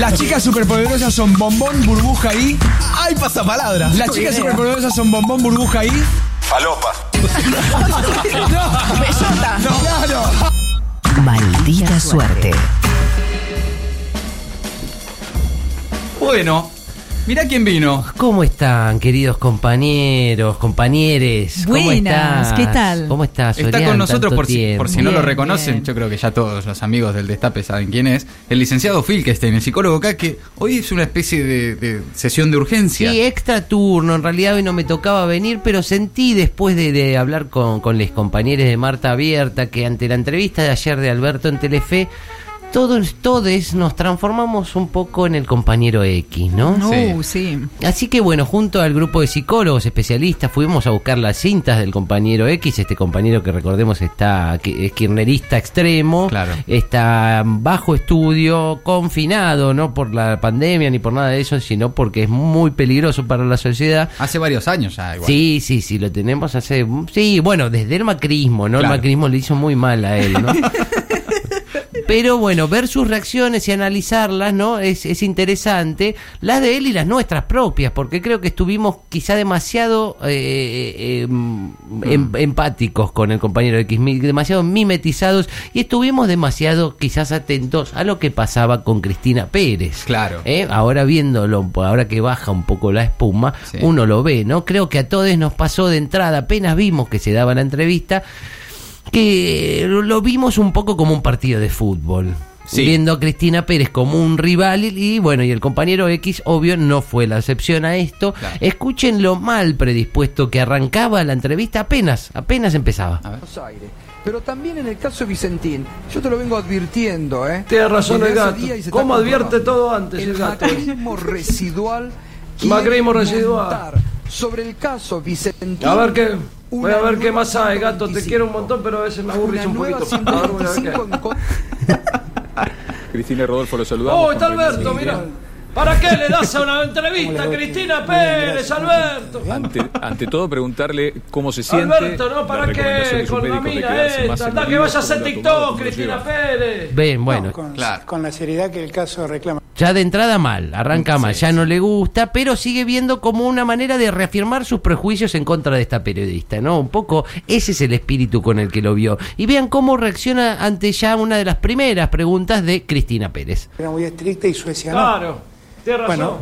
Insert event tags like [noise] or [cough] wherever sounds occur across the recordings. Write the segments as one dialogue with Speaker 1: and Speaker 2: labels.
Speaker 1: Las chicas superpoderosas son bombón, burbuja y.
Speaker 2: ¡Ay, pasapalabra!
Speaker 1: Las chicas superpoderosas son bombón, burbuja y.
Speaker 3: Falopa.
Speaker 4: Bellota.
Speaker 1: No, claro.
Speaker 5: Maldita suerte.
Speaker 1: Bueno, mirá quién vino.
Speaker 6: ¿Cómo están, queridos compañeros, compañeres? ¿Cómo
Speaker 4: Buenas,
Speaker 6: estás?
Speaker 4: ¿qué tal?
Speaker 6: ¿Cómo estás,
Speaker 2: Está
Speaker 6: Orián,
Speaker 2: con nosotros,
Speaker 6: tanto
Speaker 2: por si,
Speaker 6: tiempo?
Speaker 2: por si no lo
Speaker 4: Bien,
Speaker 2: reconocen,
Speaker 4: bien.
Speaker 2: yo creo que ya todos los amigos del Destape saben quién es, el licenciado Phil, que está en el psicólogo acá, que hoy es una especie de, de sesión de urgencia.
Speaker 6: Sí, extra turno. En realidad hoy no me tocaba venir, pero sentí después de, de hablar con, con los compañeros de Marta Abierta que ante la entrevista de ayer de Alberto en Telefe, todos, todos nos transformamos un poco en el compañero X, ¿no?
Speaker 4: Uh, sí.
Speaker 6: Así que bueno, junto al grupo de psicólogos especialistas fuimos a buscar las cintas del compañero X, este compañero que recordemos está que es kirnerista extremo,
Speaker 2: Claro.
Speaker 6: está bajo estudio, confinado, no por la pandemia ni por nada de eso, sino porque es muy peligroso para la sociedad.
Speaker 2: Hace varios años ya, igual.
Speaker 6: Sí, sí, sí, lo tenemos hace... Sí, bueno, desde el macrismo, ¿no?
Speaker 2: Claro.
Speaker 6: El macrismo le hizo muy mal a él,
Speaker 2: [laughs]
Speaker 6: ¿no? Pero bueno, ver sus reacciones y analizarlas, ¿no? Es, es interesante. Las de él y las nuestras propias, porque creo que estuvimos quizá demasiado eh, eh,
Speaker 2: Mm.
Speaker 6: em- empáticos con el compañero X, mi- demasiado mimetizados y estuvimos demasiado quizás atentos a lo que pasaba con Cristina Pérez.
Speaker 2: Claro.
Speaker 6: ¿Eh? Ahora viéndolo, ahora que baja un poco la espuma,
Speaker 2: Sí.
Speaker 6: uno lo ve, ¿no? Creo que a todos nos pasó de entrada, apenas vimos que se daba la entrevista, que lo- lo vimos un poco como un partido de fútbol.
Speaker 2: Sí.
Speaker 6: Viendo a Cristina Pérez como un rival y, y bueno, y el compañero X, obvio, no fue la excepción a esto.
Speaker 2: Claro.
Speaker 6: Escuchen lo mal predispuesto que arrancaba la entrevista apenas, apenas empezaba.
Speaker 7: Buenos Aires. Pero también en el caso de Vicentín, yo te lo vengo advirtiendo, ¿eh?
Speaker 8: Tiene razón
Speaker 7: Desde
Speaker 8: el
Speaker 7: hace
Speaker 8: gato.
Speaker 7: días y se
Speaker 8: ¿Cómo
Speaker 7: está
Speaker 8: advierte
Speaker 7: comprobando.
Speaker 8: todo antes
Speaker 7: El
Speaker 8: el gato?
Speaker 7: macrismo residual. quiere
Speaker 8: [laughs] Macrismo residual.
Speaker 7: montar Sobre el caso Vicentín.
Speaker 8: A ver qué. Voy a
Speaker 7: una
Speaker 8: ver qué
Speaker 7: nueva
Speaker 8: más hay, gato. Te
Speaker 7: 125.
Speaker 8: quiero un montón, pero a veces me aburrís
Speaker 7: Una
Speaker 8: un
Speaker 7: nueva
Speaker 8: poquito. Por favor, una
Speaker 7: [laughs]
Speaker 8: vez que-
Speaker 7: 125 en contra-
Speaker 3: Cristina y Rodolfo, los saludamos.
Speaker 8: ¡Oh, está Alberto! Mirá. ¿Para qué le das a una entrevista a Cristina Pérez, Alberto?
Speaker 3: Ante, ante todo, preguntarle cómo se siente.
Speaker 8: Alberto, no, ¿para
Speaker 3: las
Speaker 8: qué?
Speaker 3: recomendaciones de
Speaker 8: Con
Speaker 3: su
Speaker 8: la
Speaker 3: médico de
Speaker 8: mina
Speaker 3: quedarse más
Speaker 8: esta.
Speaker 3: en
Speaker 8: Anda
Speaker 3: el
Speaker 8: que vayas a
Speaker 3: mismo
Speaker 8: hacer
Speaker 3: segundo
Speaker 8: TikTok,
Speaker 3: tomado, cómo lo
Speaker 8: Cristina
Speaker 3: lleva.
Speaker 8: Pérez.
Speaker 6: Ven, bueno.
Speaker 9: con,
Speaker 2: claro.
Speaker 9: con la seriedad que el caso reclama.
Speaker 6: Ya de entrada mal, arranca mal, ya no le gusta, pero sigue viendo como una manera de reafirmar sus prejuicios en contra de esta periodista, ¿no? Un poco ese es el espíritu con el que lo vio. Y vean cómo reacciona ante ya una de las primeras preguntas de Cristina Pérez.
Speaker 9: Era muy estricta y Suecia no.
Speaker 8: Claro, tienes razón.
Speaker 9: Bueno,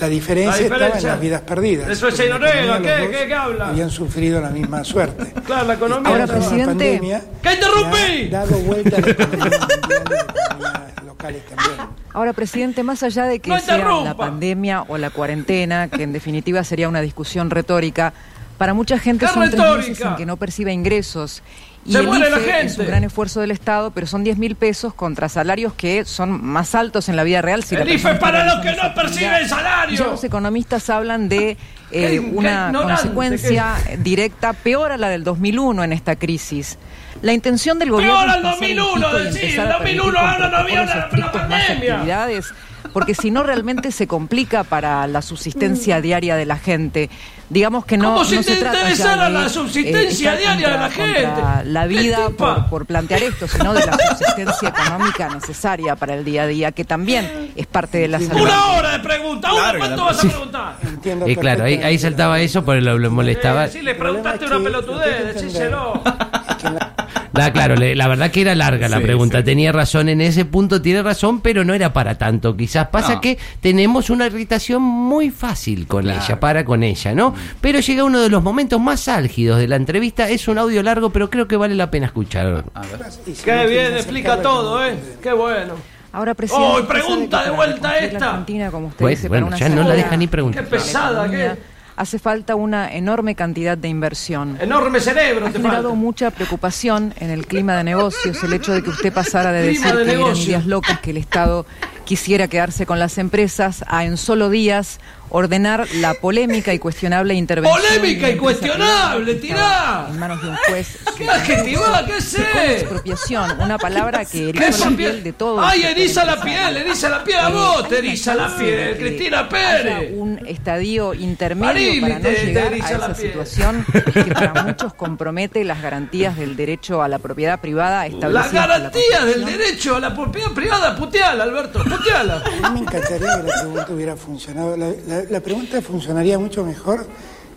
Speaker 9: la diferencia,
Speaker 8: La diferencia.
Speaker 9: estaba en las vidas perdidas.
Speaker 8: De Suecia y
Speaker 9: Porque la
Speaker 8: Noruega,
Speaker 9: economía,
Speaker 8: ¿qué-
Speaker 9: los dos
Speaker 8: qué- qué habla?
Speaker 9: Habían sufrido la
Speaker 8: [laughs]
Speaker 9: misma suerte.
Speaker 8: Claro, la economía.
Speaker 9: Ahora,
Speaker 4: Ahora,
Speaker 9: con la
Speaker 4: presidente.
Speaker 9: pandemia,
Speaker 8: ¡Que interrumpí!
Speaker 9: le ha dado vuelta a la economía mundial y a las economías locales también.
Speaker 10: Ahora, presidente, más allá de que
Speaker 8: ¡No
Speaker 10: sea
Speaker 8: interrumpa!
Speaker 10: la pandemia o la cuarentena, que en definitiva sería una discusión retórica, para mucha gente
Speaker 8: ¡Qué
Speaker 10: son tres
Speaker 8: retórica!
Speaker 10: meses en que no percibe ingresos. Y
Speaker 8: ¡Se
Speaker 10: el
Speaker 8: muere la
Speaker 10: IFE es
Speaker 8: gente!
Speaker 10: un gran esfuerzo del Estado, pero son 10 mil pesos contra salarios que son más altos en la vida real. Si la
Speaker 8: El IFE
Speaker 10: persona
Speaker 8: para
Speaker 10: está
Speaker 8: los que no
Speaker 10: realizando esa
Speaker 8: perciben
Speaker 10: actividad.
Speaker 8: salario.
Speaker 10: Ya los economistas hablan de eh,
Speaker 8: ¡Qué- qué
Speaker 10: una
Speaker 8: ignorante
Speaker 10: consecuencia directa peor a la del 2001 en esta crisis. La intención del gobierno
Speaker 8: Peor
Speaker 10: es
Speaker 8: al
Speaker 10: pasar el
Speaker 8: 2001,
Speaker 10: pico y
Speaker 8: decís,
Speaker 10: empezar a
Speaker 8: el 2001
Speaker 10: permitir
Speaker 8: ahora no había
Speaker 10: con protocolos
Speaker 8: una- una
Speaker 10: estrictos más
Speaker 8: pandemia.
Speaker 10: actividades, porque si no realmente se complica para la subsistencia diaria de la gente. Digamos que no,
Speaker 8: Como si
Speaker 10: no
Speaker 8: te
Speaker 10: se trata ya
Speaker 8: interesara
Speaker 10: de,
Speaker 8: la
Speaker 10: eh,
Speaker 8: subsistencia
Speaker 10: estar
Speaker 8: diaria de la
Speaker 10: contra-
Speaker 8: gente.
Speaker 10: contra la
Speaker 8: ¿Qué
Speaker 10: vida
Speaker 8: tipa?
Speaker 10: por, por plantear esto, sino de la subsistencia económica necesaria para el día a día, que también es parte de la salud.
Speaker 8: Una hora de pregunta, ¿una
Speaker 2: Claro,
Speaker 8: cuánto
Speaker 2: la-
Speaker 8: vas a preguntar?
Speaker 9: Entiendo
Speaker 6: Y Eh, claro, ahí, ahí
Speaker 9: perfectamente
Speaker 6: saltaba
Speaker 9: la-
Speaker 6: eso, pero lo, lo molestaba.
Speaker 8: Eh, si le
Speaker 9: El problema
Speaker 8: preguntaste
Speaker 9: es
Speaker 8: una
Speaker 9: que lo que hay
Speaker 8: pelotudez,
Speaker 9: que
Speaker 8: decíselo.
Speaker 9: [laughs] es que la-
Speaker 6: Da, claro, le- la verdad que era larga la
Speaker 2: Sí,
Speaker 6: pregunta.
Speaker 2: sí.
Speaker 6: Tenía razón en ese punto, tiene razón, pero no era para tanto. Quizás pasa
Speaker 2: No.
Speaker 6: que tenemos una irritación muy fácil con
Speaker 2: Claro.
Speaker 6: ella, para con ella, ¿no? Pero llega uno de los momentos más álgidos de la entrevista. Es un audio largo, pero creo que vale la pena escuchar.
Speaker 9: y si no
Speaker 8: Qué
Speaker 9: quieren
Speaker 8: bien, explica
Speaker 9: acercarlo,
Speaker 8: todo, ¿eh? Qué bueno.
Speaker 10: Ahora, presidente,
Speaker 8: ¡Oh,
Speaker 10: usted sabe
Speaker 8: pregunta
Speaker 10: que para
Speaker 8: de vuelta
Speaker 10: reconstruir la
Speaker 8: esta!
Speaker 10: Argentina, como usted
Speaker 6: Bueno,
Speaker 10: dice,
Speaker 6: bueno,
Speaker 10: para
Speaker 6: ya
Speaker 10: una
Speaker 6: no la
Speaker 10: salida
Speaker 6: deja ni preguntar.
Speaker 8: Qué pesada,
Speaker 10: de la economía,
Speaker 8: qué-
Speaker 10: Hace falta una enorme cantidad de inversión.
Speaker 8: Enorme cerebro
Speaker 10: Ha
Speaker 8: te falta.
Speaker 10: generado mucha preocupación en el clima de negocios el hecho de que usted pasara de
Speaker 8: Clima
Speaker 10: decir
Speaker 8: de
Speaker 10: que eran
Speaker 8: negocio.
Speaker 10: días locos que el Estado quisiera quedarse con las empresas a en solo días ordenar la polémica y cuestionable intervención.
Speaker 8: Polémica y
Speaker 10: de una empresa
Speaker 8: cuestionable,
Speaker 10: privada que estaba
Speaker 8: tirá.
Speaker 10: En manos de un juez.
Speaker 8: [laughs] ¿Qué adjetivada? ¿Qué sé?
Speaker 10: Expropiación, una palabra que
Speaker 8: ¿Qué
Speaker 10: erizó la
Speaker 8: papi-
Speaker 10: piel de todos.
Speaker 8: ¡Ay, eriza la piel! ¡Eriza la piel a
Speaker 10: Eh, hay
Speaker 8: vos! ¡Te
Speaker 10: una
Speaker 8: eriza la
Speaker 10: chance de
Speaker 8: piel!
Speaker 10: que
Speaker 8: ¡Cristina
Speaker 10: haya
Speaker 8: Pérez!
Speaker 10: Un estadio
Speaker 8: Marini,
Speaker 10: intermedio para no
Speaker 8: te- te
Speaker 10: llegar a
Speaker 8: eriza la
Speaker 10: esa
Speaker 8: piel.
Speaker 10: situación que para muchos compromete las garantías del derecho a la propiedad privada
Speaker 8: La
Speaker 10: establecidas. por la
Speaker 8: garantía del
Speaker 10: Constitución.
Speaker 8: derecho a la propiedad privada, puteala, Alberto, puteala.
Speaker 9: A mí me encantaría que la pregunta hubiera funcionado. La, la- la pregunta funcionaría mucho mejor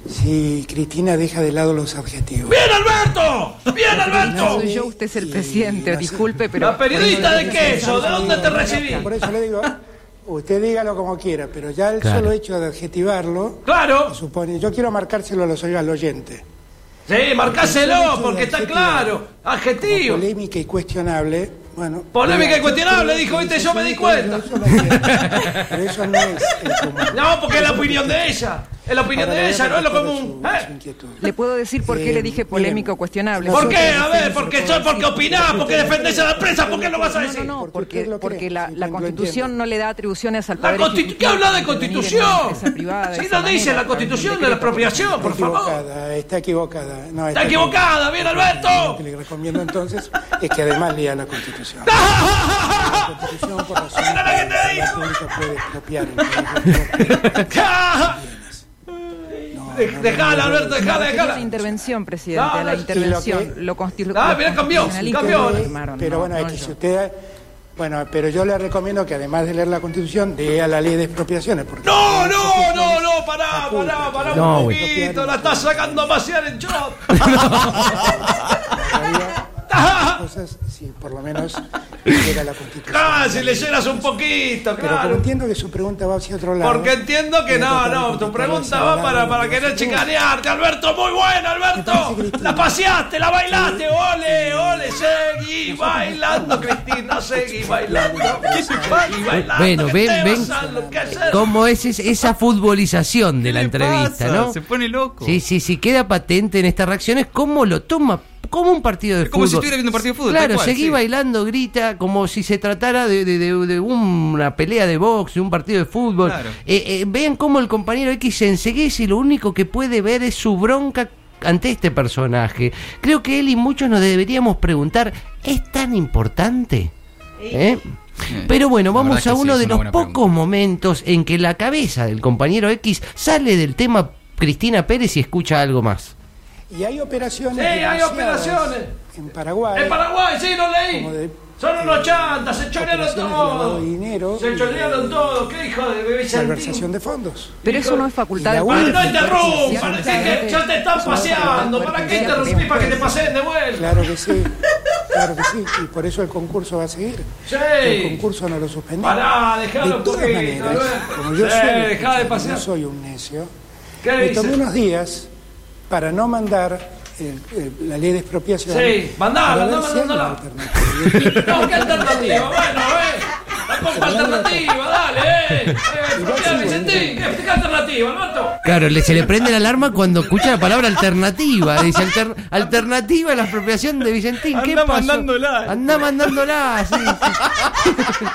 Speaker 9: si Cristina deja de lado los adjetivos.
Speaker 8: ¡Bien, Alberto! ¡Bien, Alberto!
Speaker 10: No soy yo, usted es el
Speaker 9: Y-
Speaker 10: presidente,
Speaker 9: no sé.
Speaker 10: disculpe, pero.
Speaker 8: ¿La periodista de queso? ¿De dónde te recibí?
Speaker 9: Por eso le digo, usted dígalo como quiera, pero ya el
Speaker 6: Claro.
Speaker 9: solo hecho de adjetivarlo
Speaker 8: ¡Claro!
Speaker 9: supone. Yo quiero marcárselo a los al oyente.
Speaker 8: Sí, marcáselo, porque está claro. Adjetivo.
Speaker 9: Polémica y cuestionable. Bueno,
Speaker 8: Polémica y
Speaker 9: Mira,
Speaker 8: cuestionable, dijo, viste, yo me di cuenta.
Speaker 9: Eso no es- Pero eso no es el
Speaker 8: [laughs]
Speaker 9: común.
Speaker 8: No, porque es la opinión de ella. Es la opinión de
Speaker 9: Ahora voy a
Speaker 8: ella, no es lo
Speaker 9: respetar
Speaker 8: común.
Speaker 9: su- su
Speaker 8: ¿eh?
Speaker 9: inquietud.
Speaker 10: Le puedo decir por qué
Speaker 9: Eh,
Speaker 10: le dije polémico
Speaker 9: miren,
Speaker 10: o cuestionable.
Speaker 9: nosotros
Speaker 8: ¿Por qué? A ver,
Speaker 9: decimos
Speaker 8: porque
Speaker 9: que
Speaker 8: soy, porque
Speaker 9: sí,
Speaker 8: opinás, porque defendés a la empresa, ¿por qué lo vas a
Speaker 10: No, no,
Speaker 8: decir?
Speaker 10: no,
Speaker 9: Porque
Speaker 10: porque,
Speaker 9: usted lo
Speaker 10: porque
Speaker 9: cree,
Speaker 10: la,
Speaker 9: sí,
Speaker 10: la
Speaker 9: lo
Speaker 10: Constitución
Speaker 9: entiendo.
Speaker 10: no le da atribuciones al
Speaker 8: La
Speaker 10: Poder
Speaker 8: Constitu- ¿Qué
Speaker 10: Ejecutivo
Speaker 8: habla de
Speaker 10: para intervenir en una
Speaker 8: constitución?
Speaker 10: empresa privada de
Speaker 8: Si
Speaker 10: esa
Speaker 8: no dice
Speaker 10: manera, a través de
Speaker 8: la
Speaker 10: un
Speaker 8: constitución de la
Speaker 10: decreto
Speaker 8: apropiación, por
Speaker 9: Está
Speaker 8: favor.
Speaker 9: equivocada, está equivocada. No,
Speaker 8: Está equivocada, bien,
Speaker 9: Lo
Speaker 8: Alberto.
Speaker 9: que le recomiendo entonces es que además lea
Speaker 8: [laughs]
Speaker 9: la Constitución. La Constitución por razones
Speaker 8: Mira la que te
Speaker 9: que la
Speaker 8: digo.
Speaker 9: pública puede expropiar. entonces,
Speaker 8: Dej- Dejala, Alberto, dejala,
Speaker 10: Quería la
Speaker 8: dejala.
Speaker 10: intervención, presidente,
Speaker 8: No, no,
Speaker 10: a la
Speaker 8: y lo
Speaker 10: intervención.
Speaker 9: que-
Speaker 10: Lo constitu-
Speaker 8: Ah,
Speaker 10: los
Speaker 8: mira, cambió,
Speaker 10: constitucionalistas
Speaker 8: cambió.
Speaker 10: lo
Speaker 9: eh,
Speaker 10: firmaron,
Speaker 9: Pero
Speaker 10: no,
Speaker 9: bueno,
Speaker 10: no
Speaker 9: es que
Speaker 10: yo.
Speaker 9: si usted... Bueno, pero yo le recomiendo que además de leer la Constitución, lea la ley de expropiaciones. Porque
Speaker 8: No, no, no, no, pará, pará, pará
Speaker 6: No,
Speaker 8: un
Speaker 6: güey.
Speaker 8: poquito, la está sacando a pasear el shot. [laughs]
Speaker 9: Cosas, si por lo menos llega la Constitución.
Speaker 8: Ah, si le llenas un poquito,
Speaker 9: Pero como
Speaker 8: claro.
Speaker 9: entiendo que su pregunta va hacia otro lado.
Speaker 8: Porque entiendo que no,
Speaker 9: Mientras
Speaker 8: no,
Speaker 9: tanto,
Speaker 8: tu
Speaker 9: interesa
Speaker 8: pregunta va
Speaker 9: hablar
Speaker 8: para,
Speaker 9: de
Speaker 8: para
Speaker 9: los
Speaker 8: querer
Speaker 9: asuntos.
Speaker 8: chicanearte, Alberto, muy buena, Alberto.
Speaker 9: [laughs] Me parece, Cristina.
Speaker 8: La paseaste, la bailaste, ole, ole, seguí bailando, Cristina, seguí bailando.
Speaker 9: [laughs]
Speaker 8: Seguí bailando.
Speaker 6: Bueno,
Speaker 8: que
Speaker 6: ven,
Speaker 8: te
Speaker 6: ven.
Speaker 8: vas a enloquecer.
Speaker 6: ¿Cómo es es- esa futbolización de la
Speaker 2: le
Speaker 6: entrevista,
Speaker 2: pasa?
Speaker 6: no?
Speaker 2: Se pone loco.
Speaker 6: Sí, sí, sí, queda patente en estas reacciones cómo lo toma, como un partido de
Speaker 2: Es como
Speaker 6: fútbol.
Speaker 2: si estuviera viendo un partido de fútbol,
Speaker 6: Claro,
Speaker 2: tal cual,
Speaker 6: seguí
Speaker 2: sí.
Speaker 6: bailando, grita, como si se tratara de, de- de- de una pelea de box, de un partido de fútbol.
Speaker 2: Claro.
Speaker 6: Eh, eh, vean cómo el compañero X se enseguece y lo único que puede ver es su bronca ante este personaje. Creo que él y muchos nos deberíamos preguntar, ¿es tan importante? ¿Eh? Pero bueno,
Speaker 2: La verdad
Speaker 6: vamos
Speaker 2: que
Speaker 6: a
Speaker 2: sí,
Speaker 6: uno
Speaker 2: es
Speaker 6: de
Speaker 2: una
Speaker 6: los
Speaker 2: buena
Speaker 6: pocos
Speaker 2: pregunta.
Speaker 6: momentos en que la cabeza del compañero X sale del tema Cristina Pérez y escucha algo más.
Speaker 9: Y hay operaciones.
Speaker 8: Sí, hay
Speaker 9: demasiadas
Speaker 8: operaciones.
Speaker 9: En Paraguay.
Speaker 8: En Paraguay, sí, lo
Speaker 9: Como
Speaker 8: leí.
Speaker 9: de-
Speaker 8: Son unos chantas, se chorearon
Speaker 9: operaciones de lavado
Speaker 8: todo.
Speaker 9: de dinero
Speaker 8: Se
Speaker 9: y-
Speaker 8: chorearon todo, qué hijo de bebé
Speaker 9: Malversación
Speaker 8: Santín.
Speaker 9: de fondos.
Speaker 10: Pero eso no es facultad
Speaker 9: Y la
Speaker 10: del
Speaker 8: Para,
Speaker 9: única-
Speaker 10: Poder
Speaker 8: no
Speaker 10: Judicial,
Speaker 8: interrumpan, es que ya te están paseando. ¿Para qué interrumpís? Para que te paseen de vuelta.
Speaker 9: Claro que sí. Claro que sí. Y por eso el concurso va a seguir. El
Speaker 8: Sí.
Speaker 9: concurso no lo suspendemos.
Speaker 8: Pará, dejalo
Speaker 9: de
Speaker 8: un
Speaker 9: todas
Speaker 8: poquito,
Speaker 9: maneras,
Speaker 8: Alberto.
Speaker 9: como yo
Speaker 8: Sí,
Speaker 9: soy,
Speaker 8: dejá de pasear.
Speaker 9: no soy un necio,
Speaker 8: ¿Qué
Speaker 9: me
Speaker 8: dices?
Speaker 9: tomé unos días para no mandar el- el- la ley de expropiación.
Speaker 8: Sí, mandala,
Speaker 9: para
Speaker 8: andá
Speaker 9: ver si hay una
Speaker 8: mandándola.
Speaker 9: alternativa.
Speaker 8: No, ¿qué alternativa? Bueno, eh. Tampoco alternativa, dale, eh. Eh, Vicentín, ¿qué qué alternativa, Alberto?
Speaker 6: Claro, le- se le prende la alarma cuando escucha la palabra alternativa. Dice "Alter- alternativa a la apropiación de Vicentín. ¿Qué
Speaker 2: Andá
Speaker 6: pasó?
Speaker 2: mandándola.
Speaker 6: Andá mandándola, sí, sí.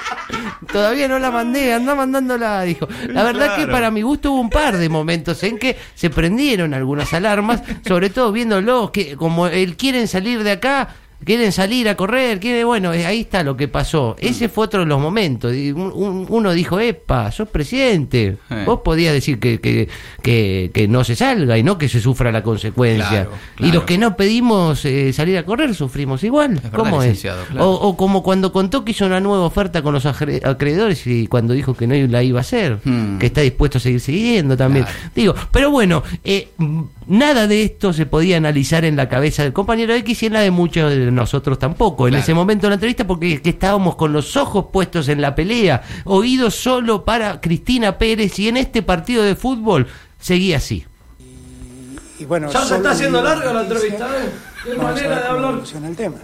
Speaker 6: Todavía no la mandé, andá mandándola, dijo. La verdad que
Speaker 2: Claro.
Speaker 6: para mi gusto hubo un par de momentos en que se prendieron algunas alarmas, sobre todo viéndolos, que como el quieren salir de acá. Quieren salir a correr, quieren, bueno, eh, ahí está lo que pasó. Ese fue otro de los momentos. Y un- un- uno dijo, epa, sos presidente.
Speaker 2: Eh.
Speaker 6: Vos podías decir que, que, que- que no se salga y no que se sufra la consecuencia.
Speaker 2: Claro,
Speaker 6: Y
Speaker 2: claro.
Speaker 6: los que no pedimos eh, salir a correr sufrimos igual.
Speaker 2: verdad,
Speaker 6: ¿Cómo es?
Speaker 2: licenciado, claro.
Speaker 6: O, o como cuando contó que hizo una nueva oferta con los acre- acreedores y cuando dijo que no la iba a hacer,
Speaker 2: Hmm.
Speaker 6: que está dispuesto a seguir siguiendo también.
Speaker 2: Claro.
Speaker 6: Digo, pero bueno, eh, m- nada de esto se podía analizar en la cabeza del compañero X y en la de muchos de nosotros tampoco. En
Speaker 2: Claro.
Speaker 6: ese momento de la entrevista, porque es que estábamos con los ojos puestos en la pelea, oídos solo para Cristina Pérez y en este partido de fútbol seguía así.
Speaker 9: Y bueno,
Speaker 8: Ya se
Speaker 9: solo
Speaker 8: está haciendo
Speaker 9: una
Speaker 8: larga la
Speaker 9: noticia.
Speaker 8: entrevista, ¿eh? Qué
Speaker 9: Vamos a
Speaker 8: manera
Speaker 9: ver
Speaker 8: de
Speaker 9: cómo
Speaker 8: hablar.
Speaker 9: evoluciona el tema.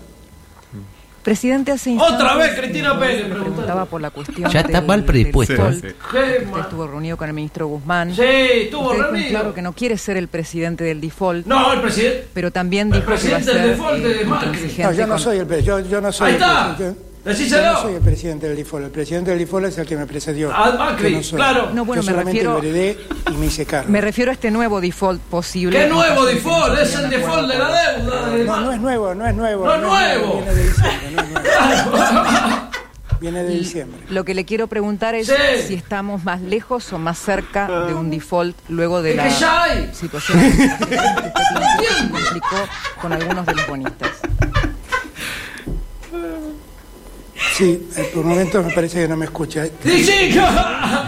Speaker 10: Presidente, hace
Speaker 8: Otra
Speaker 10: instantes,
Speaker 8: vez Cristina
Speaker 10: eh,
Speaker 8: Pérez
Speaker 10: le
Speaker 8: preguntando.
Speaker 10: preguntaba por la cuestión.
Speaker 6: Ya está
Speaker 10: del-
Speaker 6: mal
Speaker 10: del
Speaker 6: predispuesto,
Speaker 10: sol.
Speaker 6: ¿eh?
Speaker 8: Qué
Speaker 10: Usted
Speaker 8: mal.
Speaker 10: estuvo reunido con el ministro Guzmán.
Speaker 8: Sí, estuvo
Speaker 10: Usted dejó en
Speaker 8: reunido.
Speaker 10: claro que no quiere ser el presidente del default.
Speaker 8: No, el presidente.
Speaker 10: Pero también
Speaker 8: El
Speaker 10: dijo que va a
Speaker 8: presidente del
Speaker 10: ser
Speaker 8: default de
Speaker 10: eh,
Speaker 8: Macri.
Speaker 10: intransigente
Speaker 9: No, yo no
Speaker 10: con-
Speaker 9: soy el. Yo, yo no soy
Speaker 8: Ahí
Speaker 9: el-
Speaker 8: está.
Speaker 9: yo- Yo no soy
Speaker 8: Decíselo.
Speaker 9: el presidente del DIFOL, el presidente del DIFOL es el que me precedió.
Speaker 8: Ah, Macri,
Speaker 9: Yo no soy.
Speaker 8: claro.
Speaker 10: No, bueno,
Speaker 9: Yo
Speaker 10: me
Speaker 9: solamente
Speaker 10: refiero-
Speaker 9: lo heredé y me hice cargo.
Speaker 10: Me refiero a este nuevo default posible.
Speaker 8: ¡Qué nuevo default! ¡Es el default de la deuda! de-
Speaker 9: No, no es nuevo, no es nuevo.
Speaker 8: No es nuevo.
Speaker 9: Viene de diciembre, no es nuevo.
Speaker 8: [laughs]
Speaker 9: Viene de diciembre.
Speaker 10: Lo que le quiero preguntar es
Speaker 8: Sí.
Speaker 10: si estamos más lejos o más cerca de un default luego de
Speaker 8: [laughs] Es
Speaker 10: la
Speaker 8: que ya hay.
Speaker 10: situación que usted implicó con algunos de los bonistas.
Speaker 9: Sí, eh, por momentos me parece que no me escucha.
Speaker 8: Sí, [laughs] sí,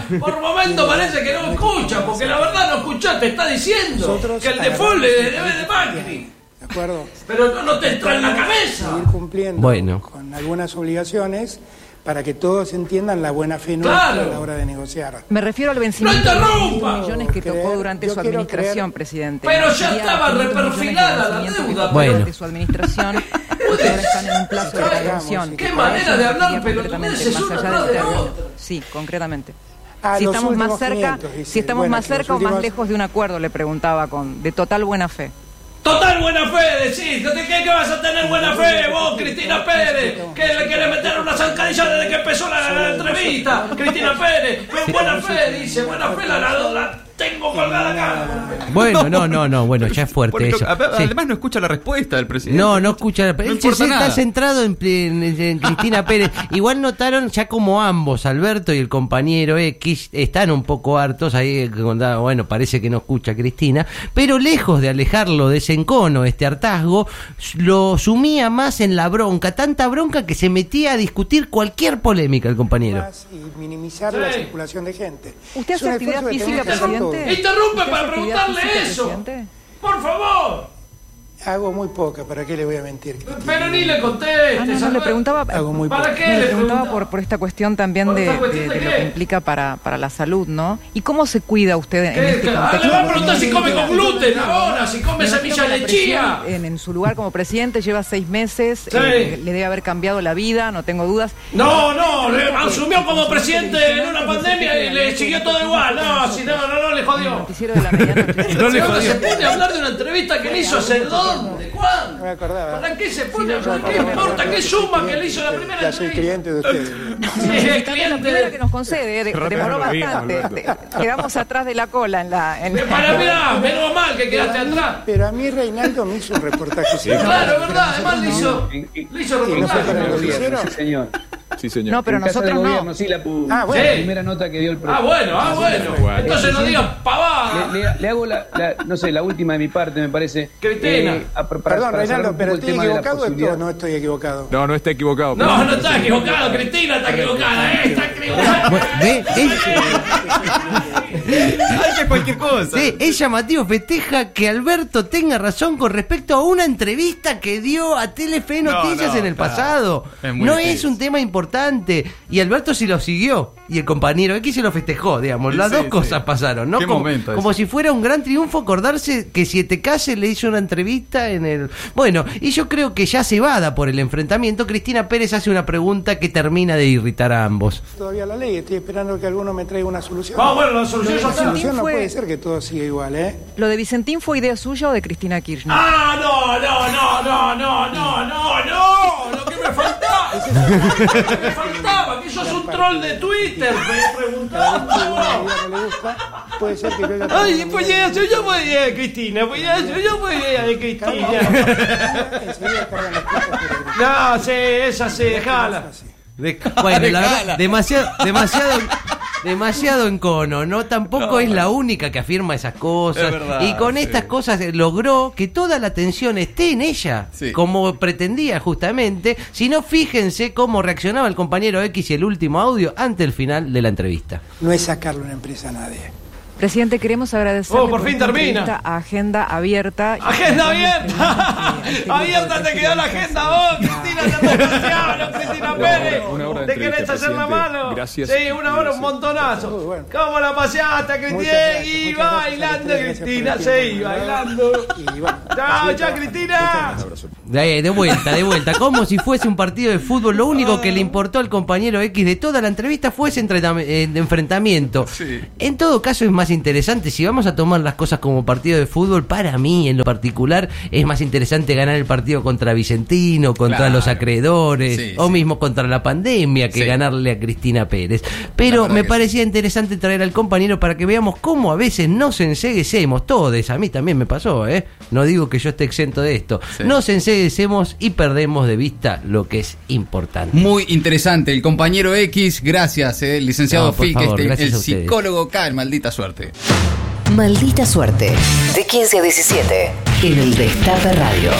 Speaker 8: que- por momento parece que no escucha, porque la verdad no escuchaste, está diciendo
Speaker 9: Nosotros
Speaker 8: que el
Speaker 9: agarramos-
Speaker 8: default le debe de Macri.
Speaker 9: ¿De acuerdo?
Speaker 8: Pero no, no te entra en la
Speaker 9: Seguir
Speaker 8: cabeza.
Speaker 9: cumpliendo
Speaker 6: Bueno.
Speaker 9: con algunas obligaciones para que todos entiendan la buena fe nuestra
Speaker 8: Claro.
Speaker 9: a la hora de negociar.
Speaker 10: Me refiero al vencimiento
Speaker 8: ¡No
Speaker 10: de
Speaker 8: interrumpa!
Speaker 10: los millones que
Speaker 9: Quiero
Speaker 10: tocó
Speaker 9: creer,
Speaker 10: durante
Speaker 9: yo
Speaker 10: su
Speaker 9: quiero
Speaker 10: administración,
Speaker 9: creer.
Speaker 10: presidente.
Speaker 8: Pero ya
Speaker 10: Sería
Speaker 8: estaba
Speaker 10: 500 millones de
Speaker 8: reperfilada la
Speaker 10: vencimientos que
Speaker 8: deuda,
Speaker 10: tocó durante
Speaker 6: pero-
Speaker 10: su
Speaker 8: [laughs]
Speaker 10: administración y ahora están en un plazo de
Speaker 9: Hagamos,
Speaker 10: redención.
Speaker 9: qué
Speaker 10: Eso
Speaker 8: manera de hablar,
Speaker 10: sería
Speaker 8: pero
Speaker 10: concretamente
Speaker 8: ustedes es
Speaker 10: más
Speaker 8: uno
Speaker 10: allá
Speaker 8: atrás
Speaker 10: del
Speaker 8: de
Speaker 10: terreno.
Speaker 8: otro.
Speaker 10: Sí, concretamente.
Speaker 9: Ah,
Speaker 10: si
Speaker 9: los
Speaker 10: estamos más
Speaker 9: últimos
Speaker 10: cerca,
Speaker 9: 500, dice.
Speaker 10: si estamos
Speaker 9: Bueno,
Speaker 10: más
Speaker 9: que los
Speaker 10: cerca o más
Speaker 9: últimos-
Speaker 10: lejos de un acuerdo, le preguntaba con de total buena fe.
Speaker 8: Total buena fe, decís. ¿De qué que vas a tener buena fe vos, Cristina Pérez? Que le quiere meter una zancadilla desde que empezó la, la entrevista. Cristina Pérez, con buena fe, dice. Buena fe la, la, la tengo colgada acá.
Speaker 6: Bueno, no, no, [laughs] no, bueno, ya es fuerte
Speaker 2: Porque no-
Speaker 6: eso.
Speaker 2: a- a-
Speaker 6: Sí.
Speaker 2: Además no escucha la respuesta del presidente.
Speaker 6: No, no escucha. la- Él se
Speaker 2: importa
Speaker 6: está
Speaker 2: nada.
Speaker 6: centrado en, en- en- en
Speaker 2: [laughs]
Speaker 6: Cristina Pérez. Igual notaron ya como ambos, Alberto y el compañero X, están un poco hartos ahí. eh, contaba, Bueno, parece que no escucha a Cristina. Pero lejos de alejarlo de ese encono, este hartazgo, lo sumía más en la bronca. Tanta bronca que se metía a discutir cualquier polémica el compañero.
Speaker 9: Más Y minimizar la
Speaker 8: Sí.
Speaker 9: circulación de gente.
Speaker 10: ¿Usted
Speaker 9: Es un
Speaker 10: hace actividad
Speaker 9: esfuerzo que
Speaker 10: física,
Speaker 9: tenemos que hacer todos.
Speaker 10: presidente?
Speaker 8: Interrumpe
Speaker 10: ¿Usted hace
Speaker 8: para
Speaker 10: actividad
Speaker 8: preguntarle
Speaker 10: física,
Speaker 8: eso.
Speaker 10: presidente?
Speaker 8: Por favor.
Speaker 9: Hago muy poca, ¿para qué le voy a mentir? Cristina?
Speaker 8: Pero ni le
Speaker 10: Ah,
Speaker 8: conteste.
Speaker 10: no, no, le
Speaker 8: Salvador.
Speaker 10: preguntaba,
Speaker 9: Hago muy
Speaker 8: ¿Para
Speaker 9: poco.
Speaker 8: qué
Speaker 10: le
Speaker 8: le
Speaker 10: preguntaba por, por esta cuestión también
Speaker 8: ¿Por
Speaker 10: de,
Speaker 8: esta cuestión
Speaker 10: de-
Speaker 8: de
Speaker 10: de lo
Speaker 8: qué?
Speaker 10: que implica para, para la salud, ¿no? ¿Y cómo se cuida usted en
Speaker 8: ¿Qué?
Speaker 10: este
Speaker 8: Ah,
Speaker 10: contexto?
Speaker 8: Le va a preguntar si come con gluten ahora, si come
Speaker 10: Me imagino
Speaker 8: semilla
Speaker 10: que la
Speaker 8: de chía.
Speaker 10: presión En, en su lugar como presidente lleva seis meses,
Speaker 8: Sí.
Speaker 10: eh, le debe haber cambiado la vida, no tengo dudas.
Speaker 8: No, no, le asumió como presidente en una pandemia y le siguió todo igual. No, si no, no, no, le jodió.
Speaker 10: Noticiero de la
Speaker 8: [laughs]
Speaker 10: medianoche.
Speaker 8: No le jodió. se pone a hablar de una entrevista que le hizo hace dónde, cuándo?
Speaker 9: No me acordaba.
Speaker 8: ¿Para qué se pone a hablar? ¿Qué
Speaker 9: Yo me acuerdo
Speaker 8: importa?
Speaker 9: que
Speaker 8: ¿Qué
Speaker 9: soy
Speaker 8: suma que
Speaker 9: cliente,
Speaker 8: le hizo la primera
Speaker 9: Ya soy
Speaker 8: entrevista?
Speaker 9: cliente de ustedes.
Speaker 8: Sí, es
Speaker 10: Esta es la primera que
Speaker 8: cliente.
Speaker 10: nos concede, eh, de- demoró bastante. Te- Quedamos atrás de la cola en la. en-
Speaker 8: Para mirá, menos mal que quedaste atrás.
Speaker 9: Pero a mí Reinaldo me hizo un reportaje. serio.
Speaker 8: Claro, es verdad, además le hizo, le hizo
Speaker 9: ¿Y no fue para el
Speaker 8: reportaje.
Speaker 9: noticiero?
Speaker 3: Sí, señor.
Speaker 10: No, pero nosotros no.
Speaker 4: Sí, la pu-
Speaker 9: Ah, bueno.
Speaker 8: Sí.
Speaker 4: primera nota que dio el pre-
Speaker 8: Ah, bueno, ah, bueno. Entonces no digas pavada.
Speaker 4: Le, le hago la, la- no sé, la última de mi parte, me parece. Eh,
Speaker 8: Cristina.
Speaker 4: a- para- para
Speaker 9: Perdón,
Speaker 4: cerrar un
Speaker 9: Reinaldo,
Speaker 4: poco
Speaker 9: pero
Speaker 4: el
Speaker 9: estoy
Speaker 4: tema de la
Speaker 9: equivocado. de todo.
Speaker 4: posibilidad.
Speaker 9: No estoy equivocado.
Speaker 3: No, no está equivocado.
Speaker 8: No, no está equivocado, Cristina está equivocada, eh, está equivocada.
Speaker 6: Bueno, ¿ve? Es-
Speaker 2: Ay, que cualquier cosa.
Speaker 6: Sí, es llamativo, festeja que Alberto tenga razón con respecto a una entrevista que dio a Telefe
Speaker 2: No,
Speaker 6: Noticias
Speaker 2: no,
Speaker 6: en el
Speaker 2: no.
Speaker 6: pasado.
Speaker 2: Es muy
Speaker 6: no
Speaker 2: difícil.
Speaker 6: es un tema importante. Y Alberto sí lo siguió. Y el compañero X se lo festejó, digamos.
Speaker 2: Y
Speaker 6: Las
Speaker 2: sí,
Speaker 6: dos
Speaker 2: sí.
Speaker 6: cosas pasaron, ¿no?
Speaker 2: Qué
Speaker 6: como,
Speaker 2: momento
Speaker 6: como
Speaker 2: ese.
Speaker 6: si fuera un gran triunfo acordarse que Siete Calles le hizo una entrevista en el. Bueno, y yo creo que ya cebada por el enfrentamiento, Cristina Pérez hace una pregunta que termina de irritar a ambos.
Speaker 9: Todavía la ley. Estoy esperando que alguno me traiga una solución.
Speaker 8: Vamos, Ah, bueno, la solución ya
Speaker 9: La
Speaker 8: está.
Speaker 9: solución no
Speaker 10: Fue-
Speaker 9: puede ser que todo siga igual, ¿eh?
Speaker 10: ¿Lo de Vicentín fue idea suya o de Cristina Kirchner?
Speaker 8: Ah, no, no, no, no, no, no, no, no, lo que me faltaba. [laughs] Lo que me faltaba, que sos un troll de Twitter, me
Speaker 9: Cada
Speaker 8: preguntaba.
Speaker 9: vez que a uno no le gusta, puede ser que yo haya tomado
Speaker 8: Ay,
Speaker 9: una
Speaker 8: pues
Speaker 9: medida.
Speaker 8: ya, yo ya voy a Cristina, pues ya, yo ya voy a de Cristina.
Speaker 9: Enseguida cargan los puntos por el grupo.
Speaker 8: No, sí, esa sí, dejala.
Speaker 6: [laughs] De- bueno, la verdad, demasiado, demasiado, demasiado encono, ¿no? Tampoco es la única que afirma esas cosas.
Speaker 2: Es verdad,
Speaker 6: y con
Speaker 2: sí.
Speaker 6: estas cosas eh, logró que toda la atención esté en ella,
Speaker 2: Sí.
Speaker 6: como pretendía justamente. Si no, fíjense cómo reaccionaba el compañero X y el último audio ante el final de la entrevista.
Speaker 9: No es sacarle una empresa a nadie.
Speaker 10: Presidente, queremos agradecer
Speaker 8: Oh, por fin termina.
Speaker 10: a Agenda Abierta.
Speaker 8: ¡Agenda
Speaker 10: [laughs]
Speaker 8: abierta! ¡Abierta te quedó la agenda vos, Cristina! ¡Te has desgraciado, Cristina Pérez!
Speaker 3: Una hora de
Speaker 8: ¿Te querés
Speaker 3: entrevista,
Speaker 8: hacer la
Speaker 3: presidente.
Speaker 8: mano?
Speaker 3: Gracias.
Speaker 8: Sí, una hora, un
Speaker 3: Gracias.
Speaker 8: montonazo.
Speaker 9: Muy bueno.
Speaker 8: ¿Cómo la paseaste,
Speaker 9: Muchas
Speaker 8: Cristina?
Speaker 9: gracias,
Speaker 8: Y
Speaker 9: muchas gracias a
Speaker 8: bailando,
Speaker 9: ustedes,
Speaker 8: Cristina.
Speaker 9: gracias por el tiempo
Speaker 8: Sí,
Speaker 9: que me han dado.
Speaker 8: bailando.
Speaker 9: Y bueno,
Speaker 8: ¡Chao,
Speaker 9: así
Speaker 8: chao,
Speaker 9: trabajan.
Speaker 8: Cristina!
Speaker 6: De, de vuelta, de vuelta, como si fuese un partido de fútbol. Lo único
Speaker 2: Ah.
Speaker 6: que le importó al compañero X de toda la entrevista fue ese entrenam- eh, enfrentamiento.
Speaker 3: Sí.
Speaker 6: En todo caso es más interesante, si vamos a tomar las cosas como partido de fútbol, para mí en lo particular es más interesante ganar el partido contra Vicentino, contra
Speaker 2: Claro.
Speaker 6: los acreedores,
Speaker 2: Sí,
Speaker 6: o
Speaker 2: sí.
Speaker 6: mismo contra la pandemia que
Speaker 2: Sí.
Speaker 6: ganarle a Cristina Pérez. Pero
Speaker 2: verdad
Speaker 6: me
Speaker 2: que sí.
Speaker 6: parecía interesante traer al compañero para que veamos cómo a veces nos enseguecemos, todos, a mí también me pasó, ¿eh? no digo que yo esté exento de esto,
Speaker 2: Sí.
Speaker 6: nos enseguecemos y perdemos de vista lo que es importante.
Speaker 2: Muy interesante, el compañero X, gracias, eh, licenciado
Speaker 6: No, por
Speaker 2: Phil, que
Speaker 6: favor,
Speaker 2: este-
Speaker 6: gracias
Speaker 2: el
Speaker 6: a ustedes.
Speaker 2: psicólogo K, maldita suerte.
Speaker 5: Maldita suerte. De 15 a 17. En el Destape Radio.